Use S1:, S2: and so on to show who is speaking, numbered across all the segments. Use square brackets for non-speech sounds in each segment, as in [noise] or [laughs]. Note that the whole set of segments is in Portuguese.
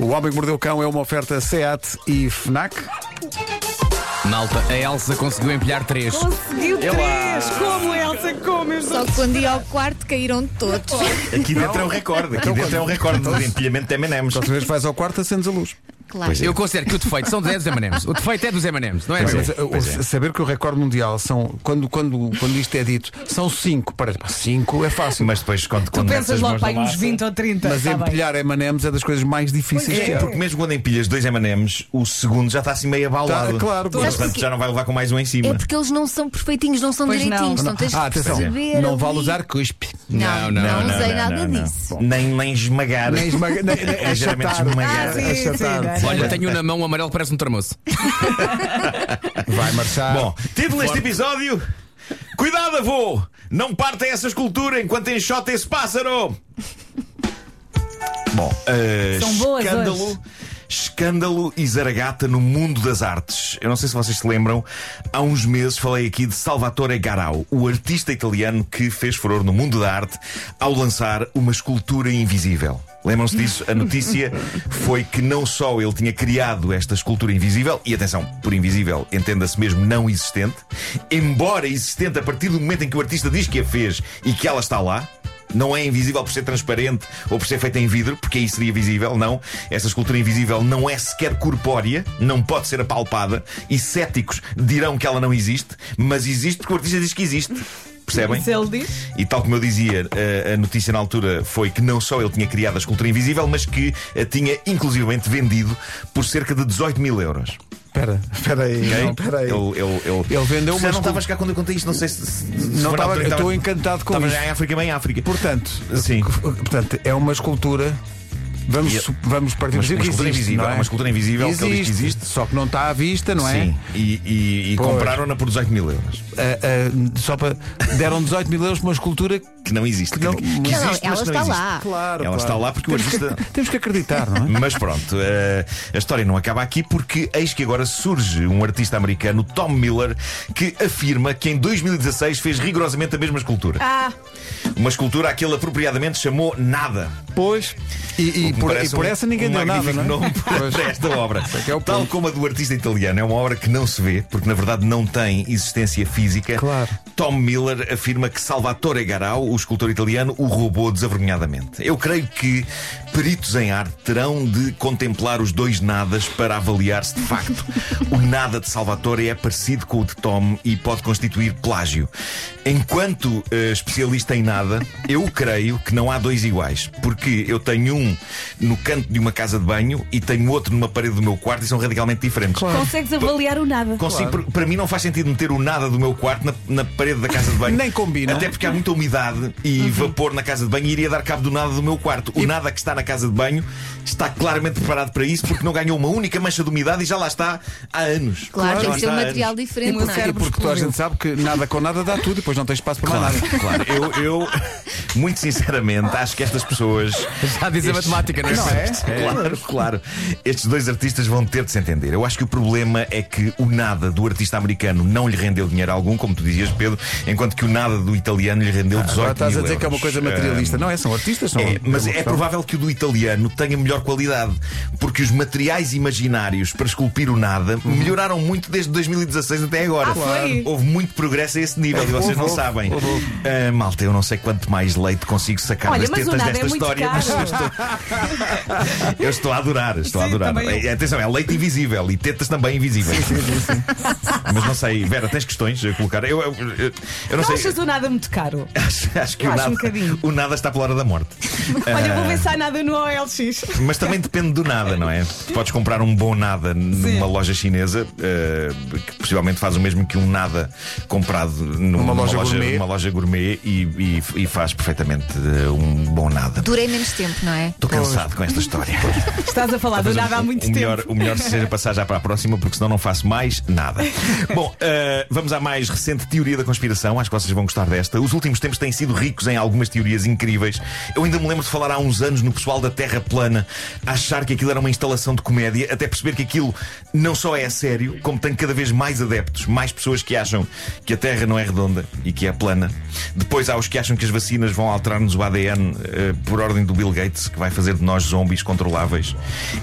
S1: O Homem que Mordeu o Cão é uma oferta SEAT e FNAC.
S2: Malta, a Elsa conseguiu empilhar três.
S3: Conseguiu três! Como, Elsa? Como? Eu
S4: Só que quando ia ao quarto caíram todos.
S5: Aqui dentro é um recorde. Aqui dentro é um recorde de empilhamento de M&M's.
S1: Às vezes vais ao quarto, acendes a luz.
S4: Claro.
S5: é.
S2: Eu considero que o defeito são dos M&M's. O defeito é dos M&M's, não é? meu?
S1: Mas, uh,
S5: pois é.
S1: Saber que o recorde mundial são, quando, quando, quando isto é dito, são 5. Parece, 5 é fácil.
S5: Mas depois quando,
S3: Tu
S5: quando metes
S3: pensas
S5: as
S3: logo
S5: mãos
S3: para
S5: na
S3: aí uns
S5: massa...
S3: 20 ou 30.
S1: Mas
S3: tá bem.
S1: empilhar M&M's é das coisas mais difíceis que
S5: É,
S1: há.
S5: porque mesmo quando empilhas dois M&M's, o segundo já está assim meio abalado.
S1: Tá, claro,
S5: Portanto,
S4: Sabes porquê?
S5: já não vai levar com mais um em cima.
S4: É porque eles não são perfeitinhos, não são
S3: Pois não.
S4: direitinhos. Não. tens
S1: Ah,
S4: que
S1: atenção,
S4: perceber
S1: não vale
S4: ali.
S1: usar cuspe.
S4: Não, não, não,
S5: Ah, não,
S4: usei
S5: não,
S4: nada
S5: não, não.
S4: disso.
S5: Nem, nem esmagar.
S1: Nem esmaga- nem- nem-
S5: [laughs] é geralmente
S1: achatar.
S5: esmagar.
S3: Ah, sim, sim,
S1: Achatado.
S3: né?
S2: Olha, tenho um na mão, o amarelo parece um termoço.
S1: Vai marchar.
S5: Bom, título deste episódio: Cuidado, avô! Não partem essa escultura enquanto enxota esse pássaro! Bom, eh,
S3: São boas
S5: escândalo.
S3: hoje.
S5: Escândalo e zaragata no mundo das artes. Eu não sei se vocês se lembram, há uns meses falei aqui de Salvatore Garau, o artista italiano que fez furor no mundo da arte ao lançar uma escultura invisível. Lembram-se disso?
S3: [laughs]
S5: A notícia foi que não só ele tinha criado esta escultura invisível, e atenção, por invisível entenda-se mesmo não existente, embora existente a partir do momento em que o artista diz que a fez e que ela está lá, não é invisível por ser transparente ou por ser feita em vidro, porque aí seria visível, não. Essa escultura invisível não é sequer corpórea, não pode ser apalpada, e céticos dirão que ela não existe, mas existe porque o artista diz que existe. Percebem?
S3: Se ele diz.
S5: E tal como é eu dizia, a- a notícia na altura foi que não só ele tinha criado a escultura invisível, mas que a tinha inclusivamente vendido por cerca de 18 mil euros.
S1: Espera, espera aí.
S5: Ok?
S1: não, espera aí.
S5: Ele, ele, ele...
S1: Ele vendeu
S5: Se calhar
S1: uma
S5: não
S1: escultura-
S5: estavas cá quando eu contei isto, não sei se. se- se
S1: Não
S5: Fernando,
S1: estava,
S5: tu
S1: eu estou
S5: estavas-
S1: encantado com
S5: Estavas
S1: isso.
S5: já em África, bem em África.
S1: Portanto,
S5: Sim.
S1: portanto, é uma escultura. Vamos,
S5: E- é-
S1: su- vamos partir
S5: Uma
S1: do princípio que
S5: escultura
S1: existe,
S5: invisível,
S1: não é?
S5: uma escultura invisível que ele diz que existe.
S1: Só que não está à vista, não é?
S5: Sim, e, e- e
S1: Pois.
S5: compraram-na por 18 mil euros.
S1: Ah, ah, só para deram 18 mil euros para uma escultura. que-
S5: Que não existe.
S1: Que não-
S4: Não, não,
S5: existe,
S4: ela
S5: mas que não
S4: está
S5: existe.
S3: Ah.
S4: lá.
S1: Claro,
S5: Ela está lá porque o
S1: temos que- [laughs]
S5: artista.
S1: temos que acreditar,
S5: [laughs]
S1: não é?
S5: Mas pronto, eh, a história não acaba aqui porque eis que agora surge um artista americano, Tom Miller, que afirma que em 2016 fez rigorosamente a mesma escultura.
S3: Ah,
S5: Uma escultura a que ele apropriadamente chamou Nada.
S1: Pois. E, e
S5: O que me
S1: por,
S5: parece
S1: e por
S5: um-
S1: essa ninguém
S5: um
S1: deu nada,
S5: magnífico
S1: não é? [laughs]
S5: nome para,
S1: Pois.
S5: para esta obra.
S1: que é o
S5: Tal
S1: ponto.
S5: como a do artista italiano, é uma obra que não se vê, porque na verdade não tem existência física.
S1: Claro.
S5: Tom Miller afirma que Salvatore Garau, o escultor italiano, o roubou desavergonhadamente. Eu creio que peritos em arte terão de contemplar os dois nadas para avaliar se de facto o nada de Salvatore é parecido com o de Tom e pode constituir plágio. Enquanto eh, especialista em nada, eu creio que não há dois iguais, porque eu tenho um no canto de uma casa de banho e tenho outro numa parede do meu quarto e são radicalmente diferentes.
S3: consegues avaliar o nada.
S5: Consigo, por- para mim não faz sentido meter o nada do meu quarto na, na parede da casa de
S1: [laughs]
S5: banho.
S1: Nem combina.
S5: Até porque há muita umidade e
S4: Uhum.
S5: vapor na casa de banho e iria dar cabo do nada do meu quarto. O nada que está na casa de banho está claramente preparado para isso porque não ganhou uma única mancha de umidade e já lá está há anos.
S4: Claro, tem
S5: Já
S4: que ser
S5: lá
S4: um
S5: está há
S4: material
S5: anos.
S4: diferente,
S3: E por
S4: não
S1: E
S4: é?
S3: cérebro-
S1: porque toda a gente sabe que nada com nada dá tudo e depois não tem espaço para mais
S5: Claro,
S1: nada.
S5: [laughs] claro. Eu, eu, muito sinceramente, acho que estas pessoas.
S2: Já diz a matemática, não é?
S1: Não é?
S5: Claro, claro. Estes dois artistas vão ter de se entender. Eu acho que o problema é que o nada do artista americano não lhe rendeu dinheiro algum, como tu dizias, Pedro, enquanto que o nada do italiano lhe rendeu 18
S1: Agora estás a
S5: mil
S1: dizer que é uma
S5: euros.
S1: coisa materialista. Não é? São
S3: Tá
S1: artistas, são.
S5: É, mas
S1: uma
S5: é
S1: questão-
S5: provável que o do italiano tenha melhor qualidade, porque os materiais imaginários para esculpir o nada melhoraram muito desde 2016 até agora.
S3: Uhum. Ah, foi? É,
S5: Houve muito progresso a esse nível e vocês não
S1: houve,
S5: sabem.
S1: houve, houve.
S5: Ah, malta, eu não sei quanto mais leite consigo sacar
S3: Olha,
S5: das
S3: mas o
S5: tetas
S3: nada
S5: desta
S3: é muito
S5: história, mas eu
S3: caro.
S5: estou,
S3: [laughs]
S5: eu estou a adorar, estou a
S3: Sim,
S5: adorar.
S3: também eu.
S5: É, Atenção, é leite invisível e tetas também invisíveis. [laughs] Mas não sei, Vera, tens questões a colocar? Eu, eu- eu- eu não,
S3: Não
S5: sei.
S3: achas o nada muito caro?
S5: [laughs] Acho, acho que
S3: Eu
S5: o,
S3: acho
S5: nada,
S3: um bocadinho.
S5: o nada está pela hora da morte.
S3: Olha, vou ver se há nada no OLX.
S5: Mas também depende do nada, não é? Podes comprar um bom nada numa loja chinesa, eh, que possivelmente faz o mesmo que um nada comprado
S1: Uma
S5: numa,
S1: loja
S5: numa
S1: gourmet.
S5: numa loja gourmet e, e- e faz perfeitamente eh, um bom nada.
S4: Durei menos tempo, não é?
S5: Estou cansado com esta história.
S3: Estás a falar do
S5: Mas
S3: nada há
S5: Tá o-
S3: muito
S5: o
S3: tempo.
S5: Melhor, o melhor seja passar já para a próxima, porque senão não faço mais
S3: [laughs]
S5: nada. Bom, eh, vamos à mais recente teoria da conspiração. Acho que vocês vão gostar desta. Os últimos tempos têm sido ricos em algumas teorias incríveis. Eu ainda me lembro de falar há uns anos no pessoal da Terra Plana a achar que aquilo era uma instalação de comédia, até perceber que aquilo não só é a sério, como tem cada vez mais adeptos, mais pessoas que acham que a Terra não é redonda e que é plana. Depois há os que acham que as vacinas vão alterar-nos o ADN eh, por ordem do Bill Gates, que vai fazer de nós zombies controláveis.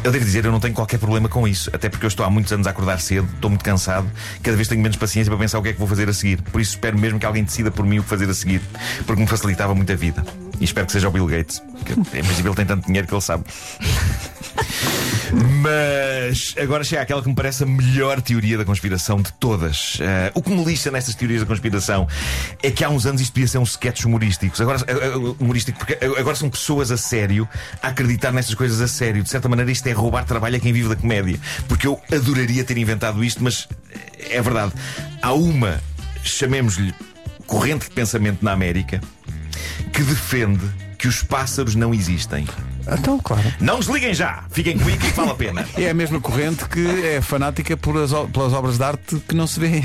S5: Eu devo dizer, eu não tenho qualquer problema com isso, até porque eu estou há muitos anos a acordar cedo, estou muito cansado, cada vez tenho menos paciência para pensar o que é que vou fazer a seguir. Por isso espero mesmo que alguém decida por mim o que fazer a seguir, porque me facilitava muito a vida. E espero que seja o Bill Gates, que em princípio ele tem tanto dinheiro que ele sabe. Mas agora chega àquela que me parece a melhor teoria da conspiração de todas. Eh, o que me lixa nestas teorias da conspiração é que há uns anos isto podia ser um sketch humorístico. Agora, eh, eh, humorístico porque eh, agora são pessoas a sério a acreditar nestas coisas a sério. De certa maneira, isto é roubar trabalho a quem vive da comédia. Porque eu adoraria ter inventado isto, mas eh, é verdade. Há uma, chamemos-lhe, corrente de pensamento na América que defende que os pássaros não existem.
S1: Então, claro.
S5: Não desliguem já! Fiquem comigo que vale a pena.
S1: É a mesma corrente que é fanática por as o- pelas obras de arte que não se vê.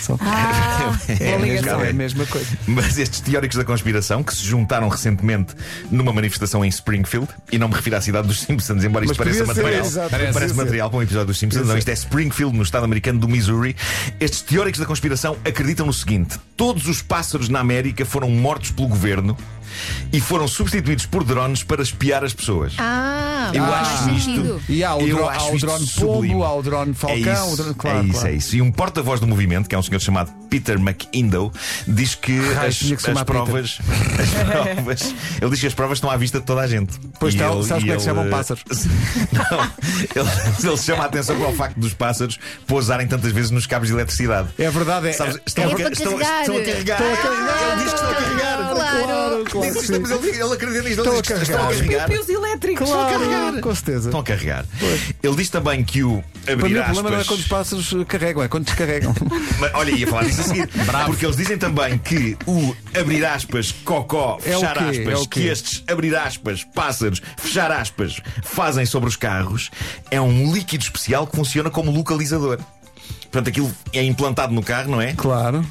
S1: Só-
S3: Ah,
S5: É,
S3: boa
S5: é
S3: ligação.
S5: legal,
S1: é a mesma coisa.
S5: Mas estes teóricos da conspiração que se juntaram recentemente numa manifestação em Springfield, e não me refiro à cidade dos Simpsons, embora isto
S1: Mas podia
S5: pareça
S1: ser,
S5: material.
S1: exato,
S5: parece
S1: podia
S5: parece
S1: ser.
S5: material para um episódio dos Simpsons, não, isto é Springfield, no estado americano do Missouri. Estes teóricos da conspiração acreditam no seguinte: todos os pássaros na América foram mortos pelo governo e foram substituídos por drones para espiar as pessoas.
S4: Ah,
S5: Eu
S4: faz
S5: acho
S4: sentido. Então,
S5: isto-
S1: E há o,
S5: Eu
S1: dro-
S5: acho
S1: há o
S5: isto
S1: drone
S5: sublime.
S1: pombo, há o drone falcão,
S5: é isso,
S1: o drone... claro,
S5: é isso,
S1: claro.
S5: é isso. E um porta-voz do movimento, que é um senhor chamado Peter McIndoe, diz que
S1: Raio,
S5: as,
S1: tinha que se
S5: as
S1: chamar [laughs]
S5: provas, as provas. Ele diz que as provas estão à vista de toda a gente.
S1: Pois
S5: E
S1: está,
S5: ele-
S1: sabes como
S5: e
S1: é que se
S5: ele-
S1: chamam pássaros?
S5: [laughs] Não, ele, ele chama a atenção para o facto dos pássaros pousarem tantas vezes nos cabos de eletricidade.
S1: É verdade, é.
S5: Sabes,
S1: é-
S5: estão,
S4: É
S5: a,
S4: para
S5: estão,
S4: carregar.
S5: estão a carregar.
S1: Estão a carregar.
S5: Ele diz que estão a carregar.
S4: Claro.
S1: claro,
S5: Diz isto,
S1: sim.
S5: mas ele, ele acredita nisto.
S1: Estão
S5: Ele
S1: a
S5: diz que estão
S1: carregar.
S5: a
S1: Os
S5: carregar.
S3: Piu-pius elétricos.
S1: Claro, Ah, com certeza.
S5: Estão a carregar. Ele diz também que o abrir
S1: Para mim, o
S5: aspas,
S1: problema não é quando os pássaros eh, carregam, é quando
S5: [laughs]
S1: descarregam.
S5: Mas, olha, ia falar disso a seguir. Porque eles dizem também que o abrir aspas, cocó,
S1: É o
S5: fechar
S1: quê?
S5: aspas,
S1: É o quê?
S5: que estes abrir aspas, pássaros, fechar aspas, fazem sobre os carros, é um líquido especial que funciona como localizador. Portanto, aquilo é implantado no carro, não é?
S1: claro.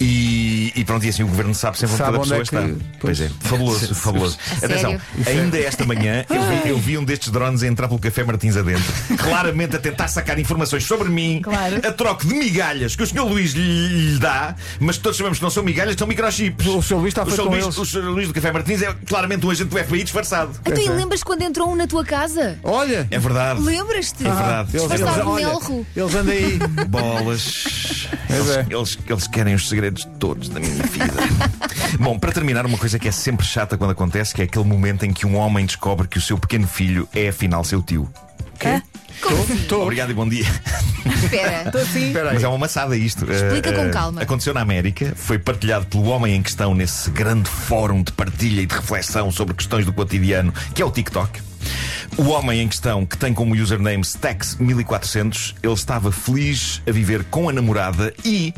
S5: E, e pronto, e assim o governo sabe sempre
S1: Sabe
S5: onde toda a
S1: onde
S5: pessoa
S1: é que-
S5: está.
S1: pois.
S5: Pois é,
S1: [laughs]
S5: fabuloso, fabuloso.
S4: A
S5: Atenção,
S4: sério?
S5: ainda esta manhã eu vi, eu vi um destes drones a entrar pelo café Martins
S4: [laughs]
S5: adentro, claramente a tentar sacar informações sobre mim,
S3: Claro.
S5: a troco de migalhas que o senhor Luís lhe lhe dá, mas todos sabemos que não são migalhas, são microchips.
S1: O Sr. Luís está
S5: o
S1: feito
S5: Sr.
S1: com
S5: Luís,
S1: eles.
S5: o Sr. Luís do Café Martins é claramente um agente do FBI disfarçado.
S4: Então, e
S1: é.
S4: lembras quando entrou um na tua casa?
S1: Olha!
S5: É verdade.
S4: Lembras-te?
S5: É verdade.
S1: Eles, eles,
S4: Disfarçado de
S1: olha,
S4: um melro.
S1: eles andam aí.
S5: Bolas.
S1: Pois
S5: Eles,
S1: é.
S5: eles, eles querem os segredos todos da minha
S1: [laughs]
S5: vida. Bom, para terminar, uma coisa que é sempre chata quando acontece, que é aquele momento em que um homem descobre que o seu pequeno filho é afinal seu tio.
S4: Como assim?
S1: Estou.
S5: Obrigado e bom dia.
S4: Espera.
S3: Estou assim.
S1: Espera aí.
S5: Mas é uma amassada isto.
S4: Explica
S5: Eh,
S4: com
S5: eh,
S4: calma.
S5: Aconteceu na América, foi partilhado pelo homem em questão nesse grande fórum de partilha e de reflexão sobre questões do cotidiano, que é o TikTok. O homem em questão, que tem como username Stax1400, ele estava feliz a viver com a namorada e,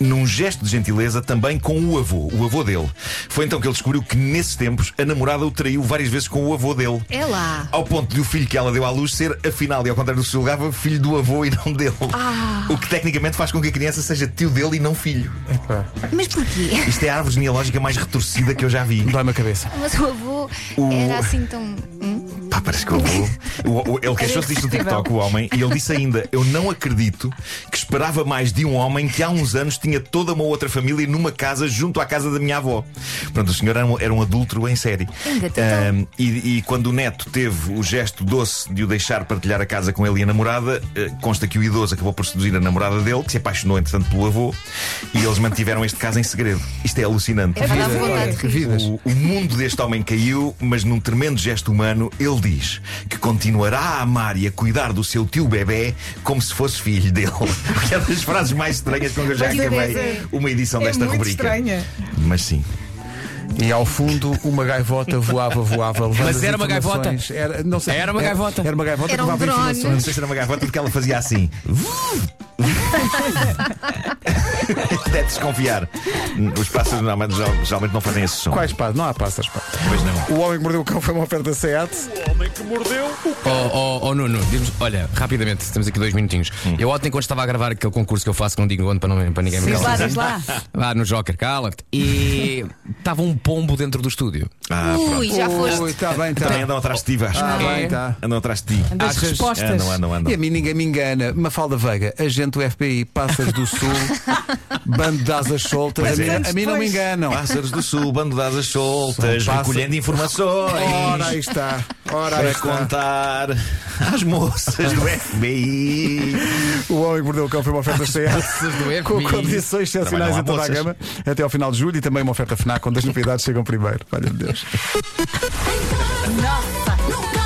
S5: num gesto de gentileza, também com o avô, o avô dele. Foi então que ele descobriu que, nesses tempos, a namorada o traiu várias vezes com o avô dele.
S4: É lá.
S5: Ao ponto de o filho que ela deu à luz ser, afinal, e ao contrário do que se julgava, filho do avô e não dele. O que tecnicamente faz com que a criança seja tio dele e não filho. [laughs]
S4: Mas porquê?
S5: Isto é a árvore genealógica mais retorcida que eu já vi.
S1: Dói-me a cabeça.
S4: Mas o avô era assim tão. Hum?
S5: Pá, parece que eu vou. O- o- Ele queixou-se disto no TikTok, o homem, e ele disse ainda: Eu não acredito que esperava mais de um homem que há uns anos tinha toda uma outra família numa casa junto à casa da minha avó. Pronto, o senhor era um, era um adúltero em série.
S4: Ainda te
S5: Ahm, e, e quando o neto teve o gesto doce de o deixar partilhar a casa com ele e a namorada, eh, consta que o idoso acabou por seduzir a namorada dele, que se apaixonou, entretanto, pelo avô, e eles mantiveram este caso em segredo. Isto é alucinante.
S4: É verdade, vontade de
S1: Que
S4: rir.
S1: vidas.
S5: O, o mundo deste homem caiu, mas num tremendo gesto humano, ele diz que continuará a amar e a cuidar do seu tio bebê como se fosse filho dele. [laughs] Que é das frases mais estranhas com que eu já
S3: Pois é,
S5: acabei
S3: pois é.
S5: uma edição
S3: É
S5: desta
S3: muito
S5: rubrica.
S3: estranha.
S5: Mas sim.
S1: E ao fundo uma gaivota voava, voava, levando
S2: Mas
S1: as
S2: era uma
S1: informações. Era, não sei,
S2: Era uma gaivota.
S1: Era uma gaivota
S4: Era
S1: que
S4: um
S1: levava
S4: drone.
S5: Não
S1: informações.
S5: sei se era uma gaivota porque ela fazia assim. Deve desconfiar. Os pássaros normalmente, geralmente não fazem esse som.
S1: Quais pá? Não há passas, pá.
S5: Pois não.
S1: O Homem que Mordeu o Cão foi uma oferta SEAT.
S2: Oh, oh, oh Nuno, diz-nos, olha, rapidamente, temos aqui dois minutinhos. Eu ontem, quando estava a gravar aquele concurso que eu faço, que não digo onde para, não, para ninguém me
S3: Diz lá,
S2: calar.
S3: diz lá.
S2: Lá no Joker, cala-te. E estava um pombo dentro do estúdio.
S5: Ah,
S4: Ui, já foste.
S1: Oi, está tá bem, está.
S5: Também andam atrás de ti, Vasco.
S1: Está
S2: É.
S1: bem, tá. está.
S5: Andam atrás de ti.
S3: Das
S2: Achas-
S3: respostas.
S5: Andam, andam, andam.
S1: E a mim ninguém me engana. Mafalda Veiga, agente do FBI, Passas do Sul, Bando de asas soltas.
S5: Pois
S1: A mim,
S5: é.
S1: a mim não me
S3: Pois.
S1: enganam. Ah,
S5: Pássaros do Sul, bando de asas soltas,
S1: São pássaros.
S5: recolhendo informações.
S1: Ora, aí está. Ora, aí
S5: Para
S1: está.
S5: contar às moças do FBI.
S1: O Homem que Mordeu o Cão foi uma oferta CEAT
S2: do
S1: com
S2: FBI.
S1: condições excepcionais
S5: Também não há
S1: em toda a
S5: bolsas.
S1: gama até ao final de julho e também uma oferta FNAC onde as novidades chegam primeiro. Valeu, Deus.
S6: Nossa, nunca